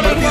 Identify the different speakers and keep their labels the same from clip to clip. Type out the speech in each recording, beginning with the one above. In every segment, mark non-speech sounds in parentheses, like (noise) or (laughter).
Speaker 1: partido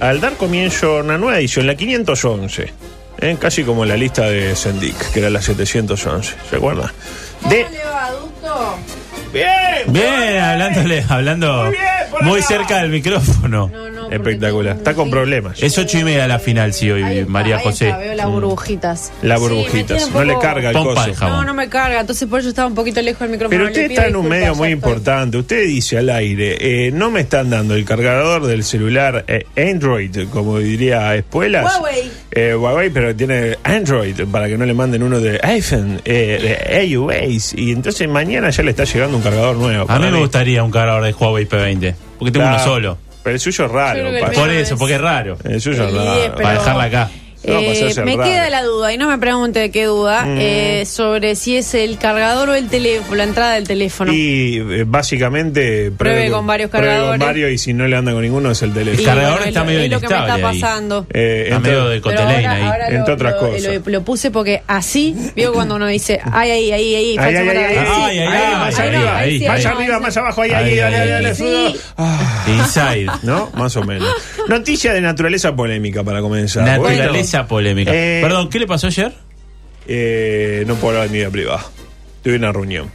Speaker 2: al dar comienzo a una nueva edición, la 511. ¿eh? Casi como la lista de Sendik, que era la 711, ¿se acuerda? De...
Speaker 3: ¿Cómo le va, adulto?
Speaker 2: ¡Bien!
Speaker 4: Bien, hablándole, hablando
Speaker 2: Muy bien, por
Speaker 4: muy
Speaker 2: acá.
Speaker 4: cerca del micrófono.
Speaker 3: No, no, porque
Speaker 2: Espectacular.
Speaker 3: tengo
Speaker 2: Está con
Speaker 3: un-
Speaker 2: problemas.
Speaker 4: Es ocho y media la final, sí, hoy,
Speaker 3: Ahí está,
Speaker 4: María
Speaker 3: ahí
Speaker 4: José.
Speaker 3: está, veo las burbujitas.
Speaker 2: La
Speaker 3: Sí, me
Speaker 2: Mm. burbujitas.
Speaker 3: tiene un
Speaker 2: No le
Speaker 3: poco-
Speaker 2: carga el
Speaker 4: Pompa
Speaker 2: coso.
Speaker 4: de jabón.
Speaker 3: No, no me carga. Entonces por eso estaba un poquito lejos del micrófono.
Speaker 2: Pero
Speaker 3: Le
Speaker 2: usted
Speaker 3: pido
Speaker 2: está en un
Speaker 3: disculpas,
Speaker 2: medio
Speaker 3: ya
Speaker 2: muy
Speaker 3: estoy.
Speaker 2: importante. Usted dice al aire, eh, no me están dando el cargador del celular eh, Android, como diría Espuelas.
Speaker 3: Huawei.
Speaker 2: Eh, Huawei, pero tiene Android, para que no le manden uno de iPhone, eh, de iOS. Y entonces mañana ya le está llegando un cargador nuevo.
Speaker 4: A
Speaker 2: para
Speaker 4: mí me gustaría un cargador de Huawei P20, porque tengo
Speaker 2: Claro,
Speaker 4: uno solo.
Speaker 2: Pero el suyo es raro.
Speaker 3: Yo creo que
Speaker 2: pa-
Speaker 3: el
Speaker 4: Por
Speaker 3: Bueno,
Speaker 4: eso,
Speaker 3: es-
Speaker 4: porque es raro.
Speaker 2: El suyo es
Speaker 3: Sí,
Speaker 2: raro.
Speaker 3: pero-
Speaker 4: Para dejarla acá.
Speaker 2: No, pues
Speaker 3: Eh,
Speaker 2: es el
Speaker 3: me
Speaker 2: raro.
Speaker 3: queda la duda, y no me pregunte qué duda,
Speaker 2: Mm.
Speaker 3: eh, sobre si es el cargador o el teléfono, la entrada del teléfono.
Speaker 2: Y eh, básicamente
Speaker 3: Pruebe con varios
Speaker 2: Pruebe
Speaker 3: cargadores.
Speaker 2: con varios y si no le anda con ninguno es el teléfono.
Speaker 3: Y
Speaker 4: cargador
Speaker 3: es
Speaker 4: está
Speaker 3: lo-
Speaker 4: medio
Speaker 3: es lo que me está
Speaker 4: inestable ahí.
Speaker 3: pasando.
Speaker 2: Eh,
Speaker 4: A medio de
Speaker 3: Pero
Speaker 4: Cotelain
Speaker 3: ahora-
Speaker 4: ahí.
Speaker 3: ahora
Speaker 2: Entre otras
Speaker 3: lo,
Speaker 2: cosas.
Speaker 3: Lo, lo puse porque así, vio cuando uno dice, ay, ay, ay, ay,
Speaker 2: Ay,
Speaker 3: falso
Speaker 2: ay, ay,
Speaker 3: para-
Speaker 2: ay,
Speaker 3: sí.
Speaker 4: ay, ay, ay,
Speaker 2: más
Speaker 4: ay,
Speaker 2: arriba,
Speaker 4: ay,
Speaker 3: sí,
Speaker 4: ay,
Speaker 2: más
Speaker 4: ay.
Speaker 2: arriba, más abajo, ahí,
Speaker 4: Ay,
Speaker 2: ahí, dale,
Speaker 4: ay,
Speaker 2: dale, dale,
Speaker 3: sí.
Speaker 2: fútbol. Ah,
Speaker 4: Inside.
Speaker 2: (laughs) ¿No? Más o menos. Noticia de naturaleza polémica para comenzar. Bueno,
Speaker 4: Naturaleza polémica.
Speaker 2: Eh,
Speaker 4: Perdón, ¿qué le pasó ayer?
Speaker 2: eh, no puedo hablar de mi vida privada. Tuve una reunión.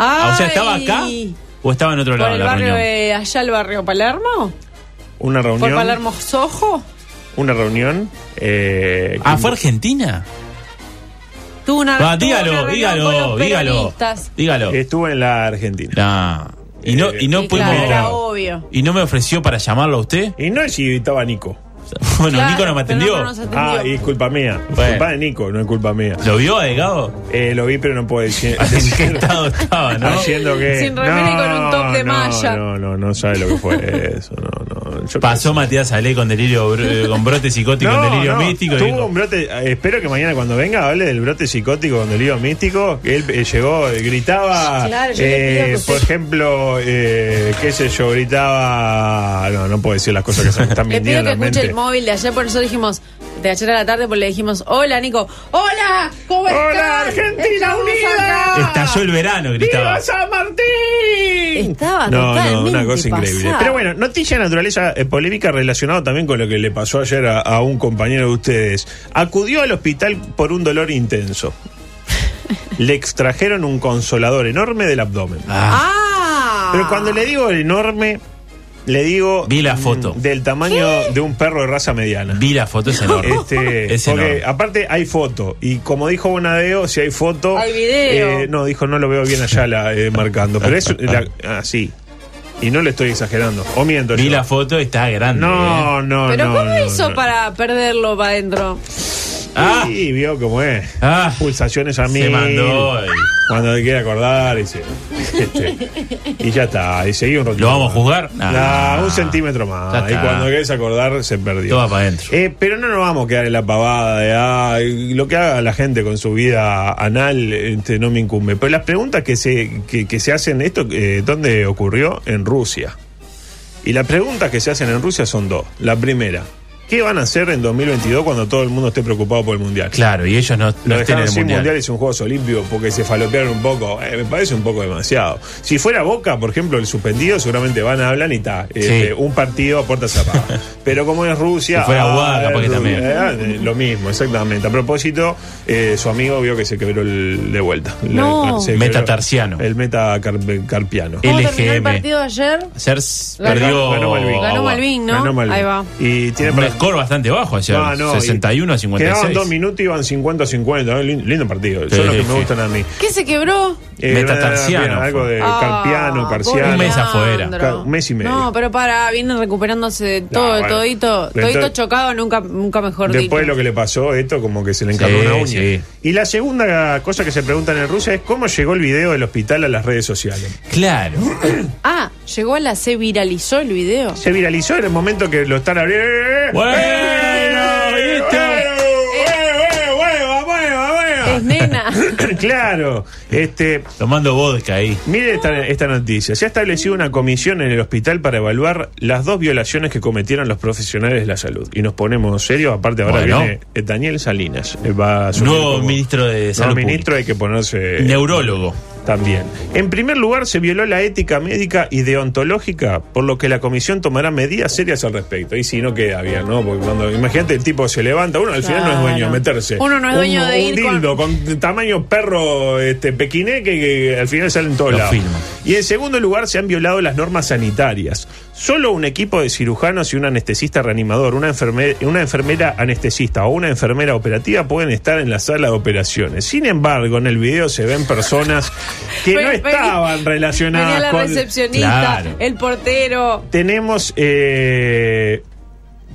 Speaker 4: Ah, o sea, ¿estaba
Speaker 3: Ay,
Speaker 4: acá o estaba en otro
Speaker 3: Por
Speaker 4: lado de
Speaker 3: el
Speaker 4: la
Speaker 3: barrio
Speaker 4: reunión?
Speaker 3: de allá, el barrio Palermo.
Speaker 2: Una
Speaker 3: Por
Speaker 2: reunión.
Speaker 3: Palermo Sojo.
Speaker 2: Una reunión. Eh,
Speaker 4: ¿Ah, fue Argentina?
Speaker 3: Tuvo una.
Speaker 4: Va,
Speaker 3: tuvo una
Speaker 4: Ah, dígalo,
Speaker 3: reunión con
Speaker 4: dígalo,
Speaker 3: los
Speaker 4: dígalo.
Speaker 3: peronistas.
Speaker 4: Dígalo.
Speaker 2: Estuvo en la Argentina.
Speaker 4: Nah. Y no, y
Speaker 3: Y
Speaker 4: no
Speaker 3: eh, claro,
Speaker 4: pudimos.
Speaker 3: era obvio.
Speaker 4: ¿Y no me ofreció para llamarlo a usted? (laughs)
Speaker 2: Y no es si estaba Nico.
Speaker 4: Bueno,
Speaker 3: Claro,
Speaker 4: Nico no
Speaker 3: pero
Speaker 4: me atendió.
Speaker 3: no nos atendió.
Speaker 2: Ah, y es culpa mía. Es
Speaker 4: Bueno.
Speaker 2: Culpa de Nico, no es culpa mía.
Speaker 4: ¿Lo vio, Edgado?
Speaker 2: Eh, lo vi, pero no puedo
Speaker 4: (laughs)
Speaker 2: decir.
Speaker 4: ¿En
Speaker 2: (laughs)
Speaker 4: qué estado estaba, no?
Speaker 2: Haciendo que.
Speaker 3: Sin remera y con un top de
Speaker 2: no,
Speaker 3: malla.
Speaker 2: No, no, no sabe lo que fue eso. No, no. Yo-
Speaker 4: Pasó Matías Ale con delirio, br- eh, con brote psicótico,
Speaker 2: No,
Speaker 4: con delirio
Speaker 2: no,
Speaker 4: místico. y
Speaker 2: tuvo
Speaker 4: dijo,
Speaker 2: un brote, eh, espero que mañana cuando venga hable del brote psicótico con delirio místico. que Él eh, llegó, eh, gritaba,
Speaker 3: Claro, yo le pido
Speaker 2: eh,
Speaker 3: que
Speaker 2: por
Speaker 3: usted-
Speaker 2: ejemplo, eh, qué sé yo, gritaba... No, no puedo decir las cosas que se me están
Speaker 3: Le pido
Speaker 2: mintiendo
Speaker 3: que
Speaker 2: en la
Speaker 3: escuche
Speaker 2: mente.
Speaker 3: el móvil de ayer, por eso dijimos, de ayer a la tarde, porque le dijimos, hola Nico, hola, ¿cómo estás?
Speaker 2: ¡Hola, Argentina
Speaker 3: Estamos
Speaker 2: Unida!
Speaker 3: acá".
Speaker 4: Estalló el verano, gritaba.
Speaker 2: ¡Viva San Martín!
Speaker 3: Estaba
Speaker 2: no, no,
Speaker 3: totalmente
Speaker 2: una cosa increíble.
Speaker 3: pasado.
Speaker 2: Pero bueno, noticia de naturaleza eh, polémica relacionado también con lo que le pasó ayer a, a un compañero de ustedes. Acudió al hospital por un dolor
Speaker 3: (laughs)
Speaker 2: intenso. Le extrajeron un consolador enorme del abdomen.
Speaker 4: Ah,
Speaker 3: Ah.
Speaker 2: Pero cuando le digo enorme, le digo
Speaker 4: Vi la foto.
Speaker 2: mm, del tamaño de un perro de raza mediana.
Speaker 4: vi la foto, es enorme.
Speaker 2: Este,
Speaker 4: es
Speaker 2: porque
Speaker 4: enorme.
Speaker 2: aparte hay foto. Y como dijo Bonadeo, si hay foto.
Speaker 3: Hay video.
Speaker 2: eh, no, dijo, no lo veo bien allá la, eh, marcando. Pero es así. y no le estoy exagerando. O miento
Speaker 4: Vi
Speaker 2: yo.
Speaker 4: la foto, está grande. eh.
Speaker 2: No, no,
Speaker 3: Pero
Speaker 2: no.
Speaker 3: ¿cómo
Speaker 2: no,
Speaker 3: hizo
Speaker 2: no.
Speaker 3: para perderlo para adentro?
Speaker 4: Ah,
Speaker 2: Sí, vio cómo es.
Speaker 4: ah,
Speaker 2: Pulsaciones a mí.
Speaker 4: se mandó. eh.
Speaker 2: Cuando te quiere acordar. Y, se- este, y ya está. Y seguí un ratito
Speaker 4: ¿Lo vamos a
Speaker 2: más.
Speaker 4: juzgar? Nah.
Speaker 2: Nah, un centímetro más.
Speaker 4: Ya
Speaker 2: Y
Speaker 4: está.
Speaker 2: cuando querés acordar, se perdió.
Speaker 4: Todo va para adentro.
Speaker 2: Eh, pero no nos vamos a quedar en la pavada de "Ay, lo que haga la gente con su vida anal este, no me incumbe. Pero las preguntas que se, que, que se hacen, esto, eh, ¿dónde ocurrió? En Rusia. Y las preguntas que se hacen en Rusia son dos. La primera, ¿qué van a hacer en 2022 cuando todo el mundo esté preocupado por el Mundial?
Speaker 4: Claro, y ellos no,
Speaker 2: Lo
Speaker 4: no estén en
Speaker 2: dejaron
Speaker 4: el
Speaker 2: sin
Speaker 4: mundial.
Speaker 2: mundiales y un Juegos Olímpicos porque se falopearon un poco. Eh, me parece un poco demasiado. Si fuera Boca, por ejemplo, el suspendido, seguramente van a hablar y está. Este,
Speaker 4: Sí.
Speaker 2: Un partido a puerta
Speaker 4: (laughs)
Speaker 2: cerrada. Pero como es Rusia.
Speaker 4: Si fuera Boca, capaz que
Speaker 2: Ru-
Speaker 4: también.
Speaker 2: eh, eh, lo mismo, exactamente. A propósito, eh, su amigo vio que se quebró el de vuelta.
Speaker 3: No.
Speaker 2: se quebró
Speaker 4: Metatarsiano.
Speaker 2: El metacarpiano.
Speaker 3: ¿Cómo terminó el
Speaker 4: LGM.
Speaker 3: partido ayer?
Speaker 4: Ayer s-
Speaker 3: Ganó-
Speaker 4: Eh, perdió.
Speaker 2: ganó Malvin.
Speaker 3: Ganó Malvin, ¿no?
Speaker 2: Ganó Malvin.
Speaker 3: Ahí va.
Speaker 2: Y tiene
Speaker 4: Un
Speaker 2: para-
Speaker 4: score bastante bajo ayer.
Speaker 2: No, no, y
Speaker 4: 61 a 56.
Speaker 2: Quedaban dos minutos y iban 50 a 50. Eh, lin- Lindo partido.
Speaker 4: Sí,
Speaker 2: Son los
Speaker 4: sí,
Speaker 2: que me
Speaker 4: sí.
Speaker 2: gustan a mí.
Speaker 3: ¿Qué se quebró?
Speaker 2: Eh,
Speaker 4: Metatarsiano
Speaker 2: bien,
Speaker 4: fue.
Speaker 2: algo de
Speaker 3: Ah,
Speaker 2: campiano,
Speaker 3: pobre
Speaker 2: carciano.
Speaker 4: Un mes afuera.
Speaker 3: Leandro.
Speaker 2: Ca- un mes y medio.
Speaker 3: No, pero para, viene recuperándose de todo,
Speaker 2: bueno.
Speaker 3: todito,
Speaker 2: Entonces-
Speaker 3: todito chocado, nunca, nunca mejor
Speaker 2: Después
Speaker 3: dicho.
Speaker 2: lo que le pasó, esto como que se le encarnó
Speaker 4: Sí,
Speaker 2: una uña.
Speaker 4: sí.
Speaker 2: Y la segunda cosa que se preguntan en Rusia es cómo llegó el video del hospital a las redes sociales.
Speaker 4: Claro.
Speaker 2: (clears throat)
Speaker 3: Ah, llegó a la se viralizó el video.
Speaker 2: Se viralizó en el momento que lo están abriendo.
Speaker 4: Bueno,
Speaker 2: Eh,
Speaker 4: ¿viste?
Speaker 2: bueno, bueno, bueno,
Speaker 3: Es
Speaker 2: bueno,
Speaker 3: nena.
Speaker 2: bueno. (coughs) Claro, este,
Speaker 4: Tomando vodka ahí.
Speaker 2: Mire esta, esta noticia. Se ha establecido una comisión en el hospital para evaluar las dos violaciones que cometieron los profesionales de la salud. Y nos ponemos serios. Aparte, ahora
Speaker 4: Bueno.
Speaker 2: viene eh, Daniel Salinas. eh, Va a asumir
Speaker 4: Nuevo
Speaker 2: como-
Speaker 4: ministro de Salud.
Speaker 2: Nuevo ministro, hay que
Speaker 4: Pública.
Speaker 2: ponerse.
Speaker 4: Neurólogo.
Speaker 2: También. En primer lugar, se violó la ética médica y deontológica, por lo que la comisión tomará medidas serias al respecto. Y si no queda bien, ¿no? Porque cuando, imagínate, el tipo se levanta, uno al final no es
Speaker 3: Claro.
Speaker 2: dueño de meterse.
Speaker 3: Uno no es dueño
Speaker 2: Un-
Speaker 3: de ir
Speaker 2: Un dildo con... tamaño perro este, pequiné que, que al final salen todos
Speaker 4: Lo
Speaker 2: lados.
Speaker 4: filma.
Speaker 2: Y en segundo lugar, se han violado las normas sanitarias. Solo un equipo de cirujanos y un anestesista reanimador, una, enferme- una enfermera anestesista o una enfermera operativa pueden estar en la sala de operaciones. Sin embargo, en el video se ven personas que
Speaker 3: Ven-
Speaker 2: no
Speaker 3: ven-
Speaker 2: estaban
Speaker 3: Venía
Speaker 2: relacionadas
Speaker 3: la
Speaker 2: con...
Speaker 3: recepcionista,
Speaker 4: Claro.
Speaker 3: el portero.
Speaker 2: Tenemos eh,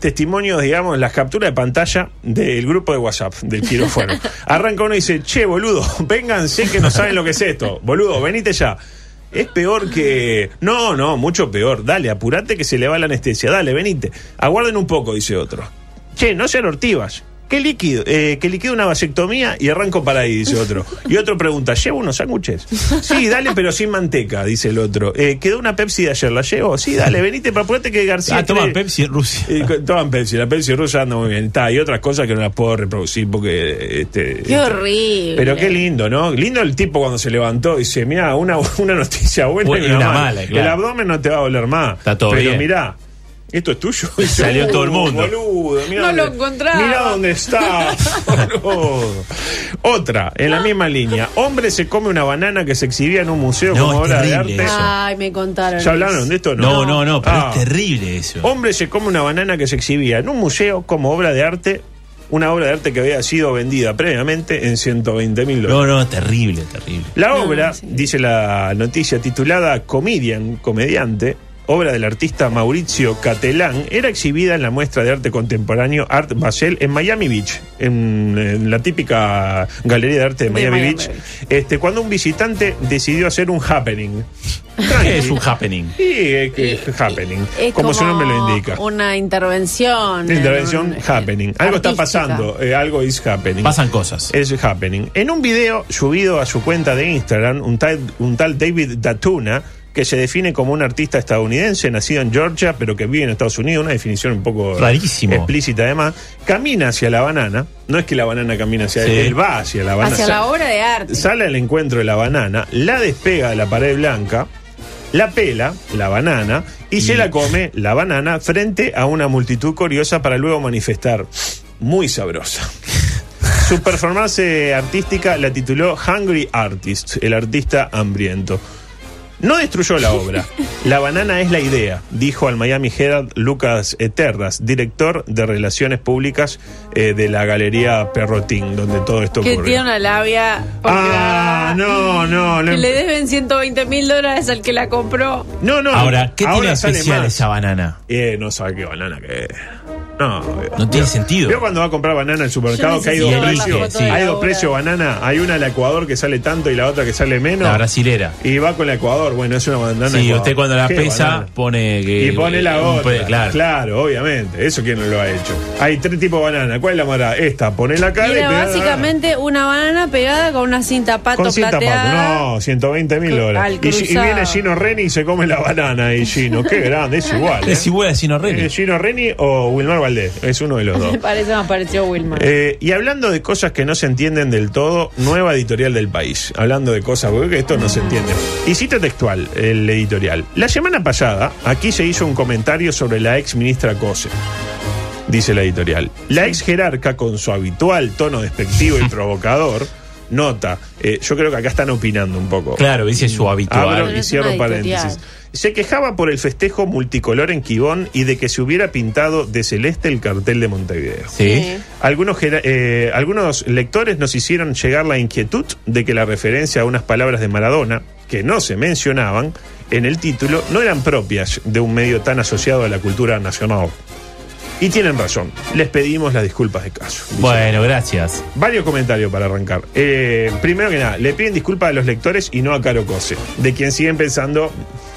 Speaker 2: testimonios, digamos, las capturas de pantalla del grupo de WhatsApp del
Speaker 4: (laughs)
Speaker 2: quirófano. Arranca uno y dice, che, boludo, (laughs) vénganse que no saben lo que es esto. Boludo, venite ya. Es peor que... No, no, mucho peor. Dale, apurate que se le va la anestesia. Dale, venite. Aguarden un poco, dice otro. Che, no sean ortivas. ¿Qué líquido? Eh, que líquido una vasectomía y arranco para ahí, dice otro. Y otro pregunta, ¿llevo unos sándwiches? Sí, dale, pero sin manteca, dice el otro. Eh, ¿Quedó una Pepsi de ayer? ¿La llevo? Sí, dale, venite, pero apurate que García...
Speaker 4: ah, toma
Speaker 2: tiene-
Speaker 4: Pepsi en Rusia.
Speaker 2: eh, co- toman Pepsi, la Pepsi rusa anda muy bien. Está, y otras cosas que no las puedo reproducir porque. Este,
Speaker 3: Qué horrible.
Speaker 2: Pero qué lindo, ¿no? Lindo el tipo cuando se levantó y dice: Mirá, una, (laughs) una noticia buena y una, mala.
Speaker 4: claro.
Speaker 2: El abdomen no te va a doler más.
Speaker 4: Está todo
Speaker 2: Pero
Speaker 4: bien.
Speaker 2: mirá. Esto es tuyo.
Speaker 4: (laughs) Salió
Speaker 2: Uh,
Speaker 4: todo el mundo.
Speaker 2: (laughs) Boludo, mirá
Speaker 3: No lo
Speaker 2: dónde-
Speaker 3: encontraba.
Speaker 2: Mirá dónde
Speaker 3: (laughs)
Speaker 2: está. boludo. Otra, en la misma línea. Hombre se come una banana que se exhibía en un museo
Speaker 4: No,
Speaker 2: como
Speaker 4: es
Speaker 2: obra de
Speaker 4: terrible
Speaker 2: arte.
Speaker 4: eso.
Speaker 3: Ay, me contaron.
Speaker 2: ¿Ya hablaron de esto?
Speaker 4: No, no, no, pero este
Speaker 2: Ah.
Speaker 4: es terrible eso.
Speaker 2: Hombre se come una banana que se exhibía en un museo como obra de arte, una obra de arte que había sido vendida previamente en 120 mil dólares.
Speaker 4: No, no, terrible, terrible.
Speaker 2: La
Speaker 3: No,
Speaker 2: obra,
Speaker 3: sí.
Speaker 2: dice la noticia, titulada Comedian, comediante, obra del artista Mauricio Catelán, era exhibida en la muestra de arte contemporáneo Art Basel en Miami Beach, en, en la típica galería de arte de
Speaker 3: De
Speaker 2: Miami,
Speaker 3: Miami
Speaker 2: Beach,
Speaker 3: Beach.
Speaker 2: Este, cuando un visitante decidió hacer un
Speaker 3: (laughs)
Speaker 2: happening. Tranqui.
Speaker 4: ¿Qué es un happening?
Speaker 2: Sí, es que es happening,
Speaker 3: Eh, Es
Speaker 2: como su nombre lo indica.
Speaker 3: Una intervención.
Speaker 2: Una intervención
Speaker 3: en un-
Speaker 2: happening. Algo está
Speaker 3: artística.
Speaker 2: pasando, eh, algo is happening.
Speaker 4: Pasan cosas.
Speaker 2: Es happening. En un video subido a su cuenta de Instagram, un tal, un tal David Datuna, que se define como un artista estadounidense, nacido en Georgia, pero que vive en Estados Unidos, una definición un poco
Speaker 4: Rarísimo.
Speaker 2: explícita además, camina hacia la banana. No es que la banana camina hacia
Speaker 4: Sí.
Speaker 2: él, él va hacia la banana.
Speaker 3: Hacia la obra de arte.
Speaker 2: Sale al encuentro de la banana, la despega de la pared blanca, la pela, la banana, y se la come, la banana, frente a una multitud curiosa para luego manifestar. Muy sabrosa. Su performance eh, artística la tituló Hungry Artist, el artista hambriento. No destruyó la obra. La banana es la idea, dijo al Miami Herald Lucas eh, Terras, director de Relaciones Públicas eh, de la Galería Perrotín, donde todo esto
Speaker 3: Que
Speaker 2: ocurrió.
Speaker 3: tiene una labia.
Speaker 2: Ah, no, no, no.
Speaker 3: Que le deben 120 mil dólares al que la compró.
Speaker 2: No, no.
Speaker 4: Ahora, ¿qué tiene de
Speaker 2: sale
Speaker 4: especial
Speaker 2: más.
Speaker 4: esa banana?
Speaker 2: Eh, no sabe qué banana que es. No,
Speaker 4: No tiene sentido.
Speaker 2: Vio cuando va a comprar banana al supermercado
Speaker 3: Yo
Speaker 2: que hay dos
Speaker 3: necesito ver la
Speaker 2: precios.
Speaker 3: foto de la
Speaker 2: Hay dos
Speaker 3: obra.
Speaker 2: precios banana. Hay una la Ecuador que sale tanto y la otra que sale menos.
Speaker 4: La brasilera.
Speaker 2: Y va con la Ecuador. Bueno, es una banana.
Speaker 4: Sí,
Speaker 2: Ecuador.
Speaker 4: usted cuando la
Speaker 2: ¿Qué
Speaker 4: pesa
Speaker 2: banana?
Speaker 4: pone que.
Speaker 2: Y pone la
Speaker 4: un
Speaker 2: otra.
Speaker 4: pe- claro.
Speaker 2: obviamente. Eso quién no lo ha hecho. Hay tres tipos de banana. ¿Cuál es la mora? Esta, ponela acá y
Speaker 3: Era
Speaker 2: pegá la
Speaker 3: básicamente una banana pegada con una cinta pato
Speaker 2: Con cinta
Speaker 3: plateada.
Speaker 2: pato, no, 120 mil
Speaker 3: Cru-
Speaker 2: dólares.
Speaker 3: al
Speaker 2: Y, Gi- y
Speaker 3: cruzado.
Speaker 2: viene Gino Reni y se come la banana. Y Gino, qué grande,
Speaker 4: (laughs)
Speaker 2: es igual. ¿eh?
Speaker 4: Es igual a Sino Reni.
Speaker 2: Eh, Gino Reni o Wilmar Valdés, es uno de los dos.
Speaker 3: (laughs) Me parece más parecido a Wilma.
Speaker 2: Eh, y hablando de cosas que no se entienden del todo, nueva editorial del país. Hablando de cosas, porque esto no se entiende. Y cita textual el editorial. La semana pasada, aquí se hizo un comentario sobre la ex ministra Cose. Dice la editorial. La ex jerarca, con su habitual tono despectivo
Speaker 4: (laughs)
Speaker 2: y provocador, nota. eh, yo creo que acá están opinando un poco.
Speaker 4: Claro, dice su habitual.
Speaker 2: Abro y
Speaker 3: es
Speaker 2: cierro
Speaker 3: una
Speaker 2: paréntesis.
Speaker 3: editorial.
Speaker 2: Se quejaba por el festejo multicolor en Quibón y de que se hubiera pintado de celeste el cartel de Montevideo.
Speaker 4: Sí.
Speaker 2: Algunos, gera- eh, algunos lectores nos hicieron llegar la inquietud de que la referencia a unas palabras de Maradona, que no se mencionaban en el título, no eran propias de un medio tan asociado a la cultura nacional. Y tienen razón, les pedimos las disculpas de caso. dice.
Speaker 4: Bueno, gracias.
Speaker 2: Varios comentarios para arrancar. Eh, primero que nada, le piden disculpas a los lectores y no a Caro Cose, de quien siguen pensando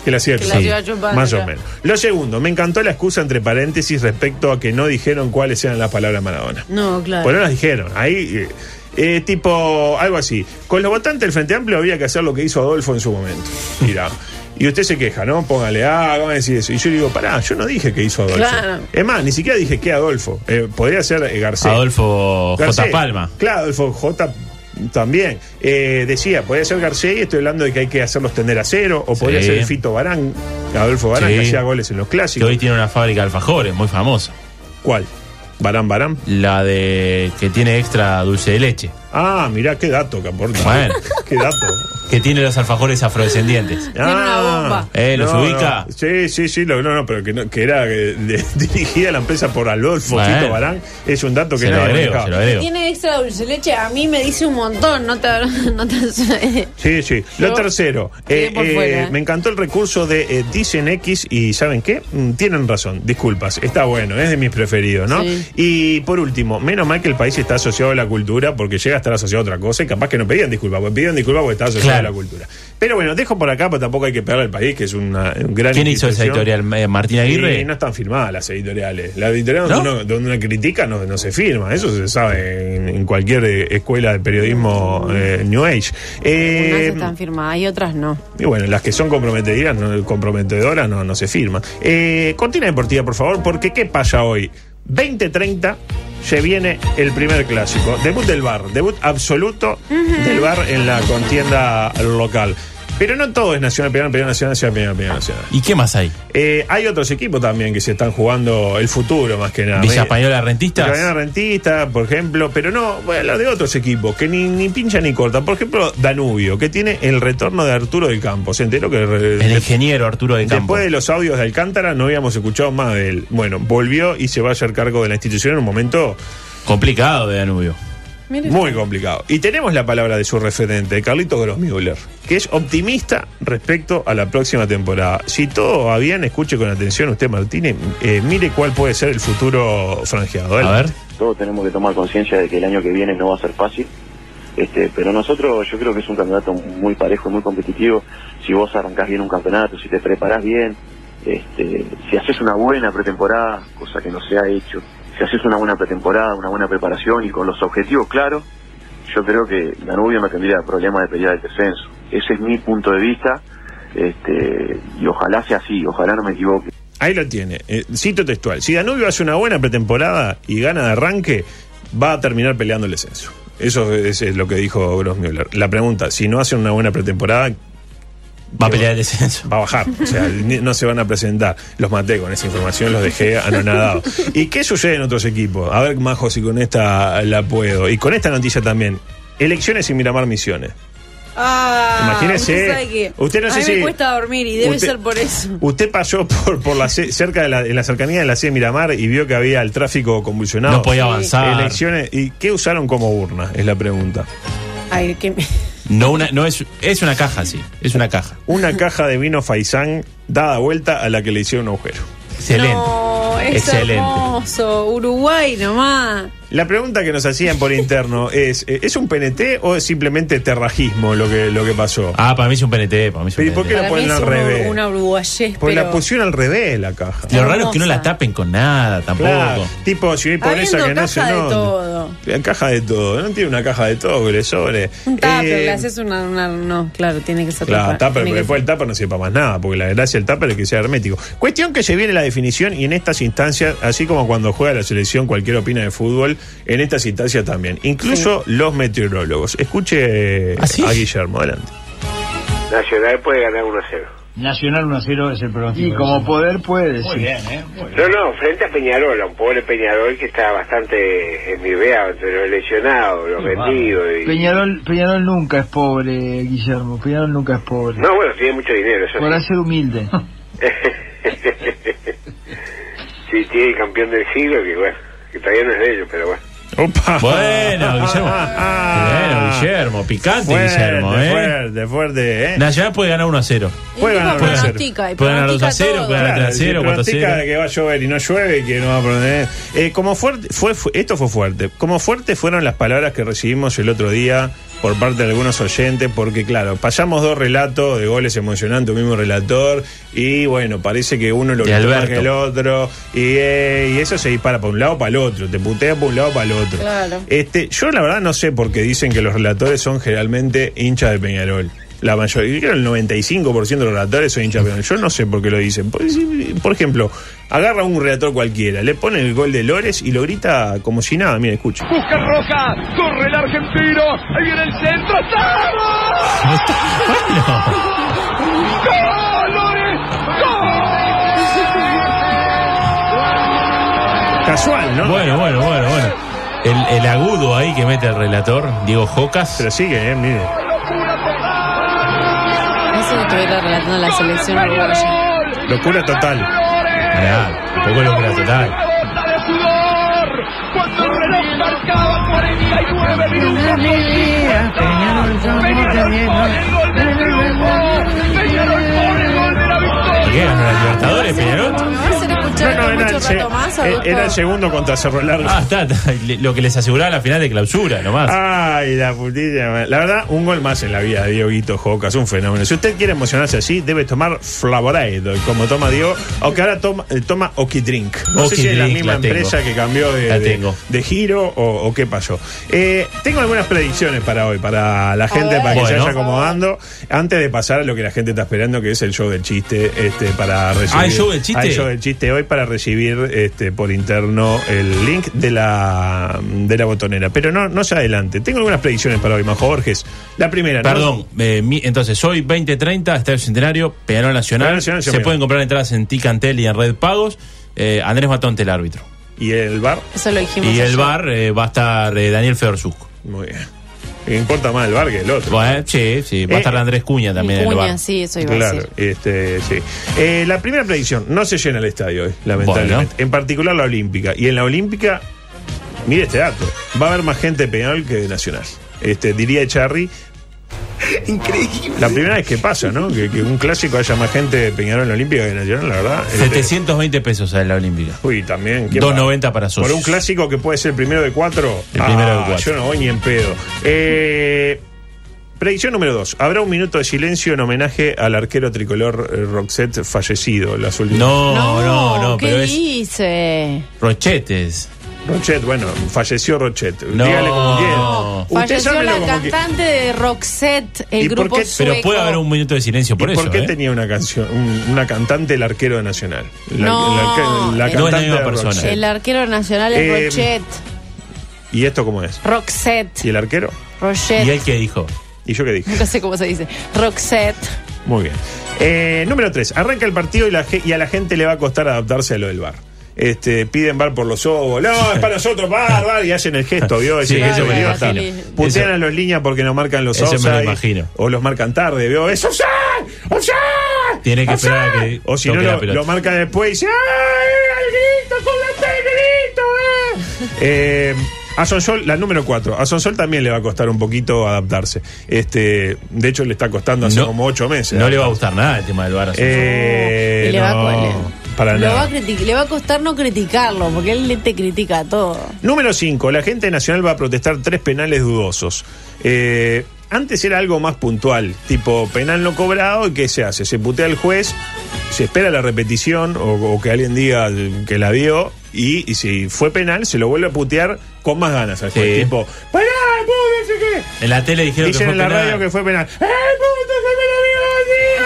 Speaker 2: que la cierta.
Speaker 3: Que la lleva chupando,
Speaker 2: Más o
Speaker 3: ya.
Speaker 2: menos. Lo segundo, me encantó la excusa entre paréntesis respecto a que no dijeron cuáles eran las palabras de Maradona.
Speaker 3: No, claro.
Speaker 2: Pues no las dijeron. Ahí, eh, eh, tipo, algo así. Con los votantes del Frente Amplio había que hacer lo que hizo Adolfo en su momento. Mirá. Y usted se queja, ¿no? Póngale, ah, vamos a decir eso. Y yo le digo, pará, yo no dije que hizo Adolfo.
Speaker 3: Claro.
Speaker 2: Es más, ni siquiera dije que Adolfo. Eh, podría ser eh, Garcés.
Speaker 4: Adolfo J.
Speaker 2: Garcés.
Speaker 4: Palma.
Speaker 2: Claro, Adolfo J. También Eh, decía, podría ser Garcés, y estoy hablando de que hay que hacerlos tender a cero, o
Speaker 4: Sí.
Speaker 2: podría ser Fito Barán, Adolfo Barán,
Speaker 4: Sí.
Speaker 2: que hacía goles en los
Speaker 4: Que
Speaker 2: clásicos.
Speaker 4: hoy tiene una fábrica de alfajores muy famosa.
Speaker 2: ¿Cuál? Barán Barán.
Speaker 4: La de que tiene extra dulce de leche.
Speaker 2: Ah, mirá, qué dato que aporta.
Speaker 4: Bueno.
Speaker 2: (laughs) qué dato.
Speaker 4: Que tiene los alfajores afrodescendientes.
Speaker 3: Tiene una
Speaker 2: Ah.
Speaker 3: bomba.
Speaker 4: Eh, ¿los
Speaker 2: No,
Speaker 4: ubica?
Speaker 2: no. Sí, sí, sí, lo- no, no, pero que, no- que era eh, de- (laughs) dirigida la empresa por Adolfo
Speaker 4: Bueno.
Speaker 2: Fito Barán, es un dato que
Speaker 4: Se lo
Speaker 2: nadie
Speaker 4: agrego,
Speaker 2: manejaba.
Speaker 4: se lo
Speaker 3: Que
Speaker 4: agrego.
Speaker 3: tiene extra dulce de leche, a mí me dice un montón, no te (laughs) no te
Speaker 2: Sí, sí. Lo
Speaker 3: Yo
Speaker 2: tercero,
Speaker 3: quedé
Speaker 2: eh,
Speaker 3: por
Speaker 2: eh,
Speaker 3: fuera, ¿eh?
Speaker 2: me encantó el recurso de eh, Dicen X y ¿saben qué? Mm, tienen razón, disculpas, está bueno, es de mis preferidos, ¿no?
Speaker 3: Sí.
Speaker 2: Y por último, menos mal que el país está asociado a la cultura porque llega a estar asociado a otra cosa y capaz que no pedían disculpas, porque pedían disculpas porque está asociado
Speaker 4: Claro.
Speaker 2: a la cultura. Pero bueno, dejo por acá, pero tampoco hay que pegarle al país, que es una, un gran
Speaker 4: ¿Quién hizo esa
Speaker 2: institución.
Speaker 4: editorial? Eh, ¿Martín Aguirre?
Speaker 2: Y no están firmadas las editoriales. La editorial
Speaker 4: ¿No?
Speaker 2: donde, uno, donde uno critica no, no se firma. Eso se sabe en, en cualquier eh, escuela de periodismo eh, New Age. Eh,
Speaker 3: Unas están firmadas y otras no.
Speaker 2: y bueno, las que son comprometidas, no- comprometedoras no, no se firman. Eh, cortina deportiva, por favor, porque ¿qué pasa hoy? 2030 se viene el primer clásico. Debut del bar, debut absoluto del bar en la contienda local. Pero no todo es Nacional Peñarol, Peñarol Nacional, Nacional Peñarol, Peñarol Nacional.
Speaker 4: ¿Y qué más hay?
Speaker 2: Eh, hay otros equipos también que se están jugando el futuro más que nada. Eh,
Speaker 4: ¿Villa
Speaker 2: Me-
Speaker 4: Española Rentistas?
Speaker 2: Italiana Rentista, por ejemplo, pero no, bueno, lo de otros equipos que ni, ni pincha ni corta. Por ejemplo, Danubio, que tiene el retorno de Arturo del Campo. Se enteró que re-
Speaker 4: El ingeniero Arturo de Campo.
Speaker 2: después de los audios de Alcántara no habíamos escuchado más de él. Bueno, volvió y se va a hacer cargo de la institución en un momento
Speaker 4: Complicado de Danubio.
Speaker 3: Mire.
Speaker 2: muy complicado. Y tenemos la palabra de su referente, Carlito Grossmüller, que es optimista respecto a la próxima temporada. Si todo va bien, escuche con atención usted, Martínez, eh, mire cuál puede ser el futuro franjeado. ¿eh?
Speaker 4: A ver.
Speaker 5: Todos tenemos que tomar conciencia de que el año que viene no va a ser fácil. Este, pero nosotros yo creo que es un campeonato muy parejo y muy competitivo. Si vos arrancás bien un campeonato, si te preparás bien, este, si haces una buena pretemporada, cosa que no se ha hecho, si haces una buena pretemporada, una buena preparación y con los objetivos claros, yo creo que Danubio no tendría problema de pelear el descenso. Ese es mi punto de vista este, y ojalá sea así, ojalá no me equivoque.
Speaker 2: Ahí lo tiene. Eh, cito textual. Si Danubio hace una buena pretemporada y gana de arranque, va a terminar peleando el descenso. Eso es, es lo que dijo Grossmüller. La pregunta, si no hace una buena pretemporada,
Speaker 4: Va a pelear el descenso.
Speaker 2: va a bajar. O sea, (laughs) ni- no se van a presentar. Los maté con esa información, los dejé anonadados. ¿Y qué sucede en otros equipos? A ver, Majo, si con esta la puedo. Y con esta noticia también. Elecciones y Miramar Misiones.
Speaker 3: Ah,
Speaker 2: Imagínese.
Speaker 3: Usted, sabe que
Speaker 2: Usted no
Speaker 3: a
Speaker 2: sé
Speaker 3: mí
Speaker 2: si-
Speaker 3: me cuesta dormir y debe
Speaker 2: Usted-
Speaker 3: ser por eso.
Speaker 2: Usted pasó por, por la C- cerca de la, en la cercanía de la C de Miramar y vio que había el tráfico convulsionado.
Speaker 4: No podía avanzar.
Speaker 2: Elecciones. ¿Y qué usaron como urna? Es la pregunta.
Speaker 3: Ay, que me-
Speaker 4: No, una, no es, es una caja, sí. Es una caja.
Speaker 2: Una caja de vino Faisán dada vuelta a la que le hicieron un agujero.
Speaker 4: Excelente.
Speaker 3: No, es
Speaker 4: Excelente.
Speaker 3: hermoso. Uruguay nomás.
Speaker 2: La pregunta que nos hacían por
Speaker 4: (laughs)
Speaker 2: interno es: eh, ¿es un PNT o es simplemente terrajismo lo que, lo que pasó?
Speaker 4: Ah, para mí es un PNT, para mí es un
Speaker 2: Pero ¿y por
Speaker 4: PNT.
Speaker 2: qué la
Speaker 3: Para mí
Speaker 2: ponen
Speaker 3: es
Speaker 2: al
Speaker 3: una-
Speaker 2: revés?
Speaker 3: una uruguayés,
Speaker 2: Porque la
Speaker 3: pero...
Speaker 2: pusieron al revés la caja.
Speaker 4: Lo raro es que no la
Speaker 3: hermosa.
Speaker 4: tapen con nada tampoco.
Speaker 2: Claro, tipo, si hay pobreza
Speaker 3: Habiendo
Speaker 2: que no se
Speaker 3: caja de
Speaker 2: nota.
Speaker 3: todo.
Speaker 2: La caja de todo, no tiene una caja de todo que le sobre.
Speaker 3: Un tupper,
Speaker 2: Eh,
Speaker 3: le haces una, una- No, claro, tiene que ser
Speaker 2: Claro,
Speaker 3: tupper,
Speaker 2: tupper,
Speaker 3: tiene
Speaker 2: pero
Speaker 3: que
Speaker 2: después el tupper no sirve para más nada, porque la gracia del tupper es que sea hermético. Cuestión que se viene la definición y en estas instancias, así como cuando juega la selección cualquier opina de fútbol, en estas instancias también. Incluso los meteorólogos. Escuche
Speaker 4: ¿Ah, sí?
Speaker 2: a Guillermo, adelante.
Speaker 6: Nacional puede ganar 1 a 0. Nacional 1-0 es el pronóstico. Y como poder puede, Muy bien, ¿eh? Muy bien.
Speaker 7: No, no, frente a Peñarol, a un pobre Peñarol que está bastante envidiado entre los lesionados, los vendidos. Y...
Speaker 6: Peñarol, Peñarol nunca es pobre, Guillermo. Peñarol nunca es pobre.
Speaker 7: No, bueno, tiene mucho dinero, eso
Speaker 6: Podrá ser humilde.
Speaker 7: (laughs) sí. Sí, tiene el campeón del siglo, que bueno, que todavía no es de ellos, pero bueno.
Speaker 2: (laughs) Opa.
Speaker 4: Bueno, Guillermo. Bueno, Guillermo. Picante,
Speaker 2: Fuerte,
Speaker 4: Guillermo, ¿eh?
Speaker 2: fuerte, fuerte, ¿eh?
Speaker 4: Nacional puede ganar 1
Speaker 2: (laughs)
Speaker 4: a 0.
Speaker 2: Puede
Speaker 3: El tipo
Speaker 2: ganar, puede ser.
Speaker 3: pronostica, y
Speaker 4: Puede ganar 2 a 0,
Speaker 3: pronostica
Speaker 4: puede
Speaker 3: todo.
Speaker 4: ganar
Speaker 2: Claro, si
Speaker 4: 3-0, 4-0.
Speaker 2: pronostica que va a llover y no llueve y que no va a poner. Eh, como fuerte, fue, fue- esto fue fuerte. Como fuerte fueron las palabras que recibimos el otro día por parte de algunos oyentes, porque claro, pasamos dos relatos de goles emocionantes, un mismo relator, y bueno, parece que uno lo
Speaker 4: Y
Speaker 2: gritó más
Speaker 4: Alberto.
Speaker 2: que el otro, y, eh, y eso se dispara para un lado para el otro, te putea para un lado para el otro.
Speaker 3: Claro.
Speaker 2: Este, yo la verdad no sé por qué dicen que los relatores son generalmente hinchas de Peñarol. La mayoría, creo que el 95% de los relatores son hinchas de Peñarol. Yo no sé por qué lo dicen. Por, si- por ejemplo, agarra un relator cualquiera, le pone el gol de Lores y lo grita como si nada. Mira, escucha.
Speaker 8: Busca Roca, corre el argentino, ahí viene el centro, ¡estamos! ¡Gol, Lores!
Speaker 2: Casual, ¿no?
Speaker 4: Bueno, bueno, bueno, bueno. El, el agudo ahí que mete el relator, Diego Jocas.
Speaker 2: Pero sigue, eh, mire.
Speaker 3: Eso lo estuviera relatando la selección uruguaya.
Speaker 8: ¡Gol!
Speaker 2: Locura total.
Speaker 4: Pará, tampoco es locura total.
Speaker 8: ¡Gota de sudor! Cuando el reloj marcaba 49 minutos. Peñarol pone el gol del triunfo. Peñarol pone el gol de la victoria.
Speaker 4: ¿Por ¿Qué ganó la Libertadores, Peñarol?
Speaker 3: ¿Me vas a hacer
Speaker 2: No,
Speaker 3: escuchar
Speaker 2: no, era
Speaker 3: mucho
Speaker 2: el, se-
Speaker 3: rato más,
Speaker 2: eh,
Speaker 3: adulto?
Speaker 2: era el segundo contra Cerro Largo.
Speaker 4: Ah, está, está. Le- Lo que les aseguraba la final de clausura, nomás.
Speaker 2: Ah, Ay, la putilla. madre. La verdad, un gol más en la vida de Dieguito Jocas, un fenómeno. Si usted quiere emocionarse así, debe tomar Flavorade, como toma Diego, aunque ahora toma, eh, toma Okidrink. No sé
Speaker 4: Oki
Speaker 2: si es la
Speaker 4: Drink,
Speaker 2: misma
Speaker 4: la tengo.
Speaker 2: empresa que cambió de,
Speaker 4: La
Speaker 2: de-
Speaker 4: tengo.
Speaker 2: de giro o, o qué pasó. Eh, tengo algunas predicciones para hoy, para la gente,
Speaker 3: ver.
Speaker 2: para que se
Speaker 4: Bueno.
Speaker 2: vaya acomodando. Antes de pasar a lo que la gente está esperando, que es el show del chiste, este, para recibir.
Speaker 4: ¿hay Ah, show del chiste?
Speaker 2: Hay show del chiste hoy para recibir este, por interno el link de la, de la botonera. Pero no, no se adelante. Tengo algunas predicciones para hoy, Majo Borges. La primera, ¿no?
Speaker 4: Perdón, eh, mi- entonces hoy 2030, Estadio Centenario, Peñarol Nacional.
Speaker 2: Peñarol Nacional,
Speaker 4: se
Speaker 2: Nacional.
Speaker 4: pueden comprar entradas en Ticantel y en Red Pagos. Eh, Andrés Matonte, el árbitro.
Speaker 2: ¿Y el bar?
Speaker 3: Eso lo dijimos.
Speaker 4: y el
Speaker 3: ayer.
Speaker 4: bar eh, va a estar eh, Daniel Fedorzuco.
Speaker 2: Muy bien. Me importa más el bar que el otro.
Speaker 4: Bueno, sí, sí, va
Speaker 2: Eh,
Speaker 4: a estar Andrés Cuña también en el
Speaker 3: Cuña,
Speaker 4: bar.
Speaker 3: sí, eso iba a
Speaker 2: Claro,
Speaker 3: decir.
Speaker 2: este, sí. Eh, la primera predicción, no se llena el estadio hoy, lamentablemente.
Speaker 4: Bueno.
Speaker 2: En particular la Olímpica. Y en la Olímpica, mire este dato, va a haber más gente de Peñarol que de Nacional. Este, diría Echarri. Increíble. La primera vez que pasa, ¿no? Que, que un clásico haya más gente de Peñarol en la Olímpica que de Nacional, la verdad. este,
Speaker 4: 720 pesos en la Olímpica.
Speaker 2: Uy, también. ¿quién va?
Speaker 4: 290 para socios.
Speaker 2: Por un clásico que puede ser el primero de cuatro. Ah,
Speaker 4: El primero de cuatro.
Speaker 2: Yo no voy ni en pedo. Eh, predicción número dos. Habrá un minuto de silencio en homenaje al arquero tricolor eh, Roxette fallecido. Las últimas.
Speaker 4: No, no, no,
Speaker 3: ¿qué
Speaker 4: pero es
Speaker 3: dice?
Speaker 4: Rochetes.
Speaker 2: Rochette, bueno, falleció Rochette.
Speaker 4: No.
Speaker 2: Dígale como
Speaker 4: No.
Speaker 2: quiera. Usted
Speaker 3: Falleció
Speaker 2: llámelo
Speaker 3: la
Speaker 2: como que-
Speaker 3: cantante de Roxette, el
Speaker 2: ¿Y por
Speaker 3: grupo
Speaker 2: qué?
Speaker 3: sueco.
Speaker 4: Pero puede haber un minuto de silencio por
Speaker 2: ¿Y
Speaker 4: eso.
Speaker 2: por qué
Speaker 4: ¿eh?
Speaker 2: tenía una canción, un- una cantante el arquero de Nacional? La,
Speaker 3: No.
Speaker 2: la- la
Speaker 3: No es la
Speaker 2: cantante
Speaker 4: misma
Speaker 2: de
Speaker 4: persona.
Speaker 2: Roxette.
Speaker 3: El arquero nacional es
Speaker 2: Eh,
Speaker 3: Rochette.
Speaker 2: ¿Y esto cómo es? ¿Y
Speaker 3: Roxette.
Speaker 2: el arquero?
Speaker 3: Rochette. (laughs)
Speaker 4: ¿Y él qué dijo?
Speaker 2: ¿Y yo qué dije?
Speaker 3: Nunca sé cómo se dice. Roxette.
Speaker 2: Muy bien. Eh, número 3. Arranca el partido y, la ge- y a la gente le va a costar adaptarse a lo del bar. Este, piden bar por los ojos, no, es para nosotros, bar,
Speaker 4: (laughs)
Speaker 2: bar, y hacen el gesto, ¿vio? Ese
Speaker 4: Sí,
Speaker 2: que
Speaker 4: eso
Speaker 2: se
Speaker 4: me
Speaker 2: metió
Speaker 4: lo
Speaker 2: hasta-
Speaker 3: imagino.
Speaker 2: Putean
Speaker 4: Eso-
Speaker 2: a los líneas porque no marcan los
Speaker 4: Eso me lo
Speaker 2: offside,
Speaker 4: imagino.
Speaker 2: O los marcan tarde, ¿vio? ¡Es offside! ¡Offside!
Speaker 4: Tiene que
Speaker 2: ¡Offside!
Speaker 4: esperar a que
Speaker 2: O si no,
Speaker 4: toque la
Speaker 2: lo,
Speaker 4: pelota.
Speaker 2: lo marca después y dice, ¡ay, alguito con la teclito, eh! eh a Sonsol, la número 4. A Sonsol también le va a costar un poquito adaptarse. Este, de hecho, le está costando hace
Speaker 4: No.
Speaker 2: como 8 meses.
Speaker 4: No le va a gustar nada el tema del bar.
Speaker 2: Eh,
Speaker 3: Y le va a
Speaker 2: no,
Speaker 3: cole-
Speaker 2: para
Speaker 3: Lo va a
Speaker 2: nada.
Speaker 3: criti- le va a costar no criticarlo, porque él le- te critica todo.
Speaker 2: Número 5. La gente de nacional va a protestar tres penales dudosos. Eh, antes era algo más puntual, tipo penal no cobrado, ¿y qué se hace? Se putea al juez, se espera la repetición o, o que alguien diga que la vio, y, y si fue penal, se lo vuelve a putear con más ganas al juez.
Speaker 4: Sí.
Speaker 2: Tipo, ¡Pará, pude, no sé qué!
Speaker 4: En la tele dijeron que
Speaker 2: Dicen
Speaker 4: fue
Speaker 2: en la
Speaker 4: penal.
Speaker 2: radio que fue penal. ¡Eh, puto, se me lo vio, sí,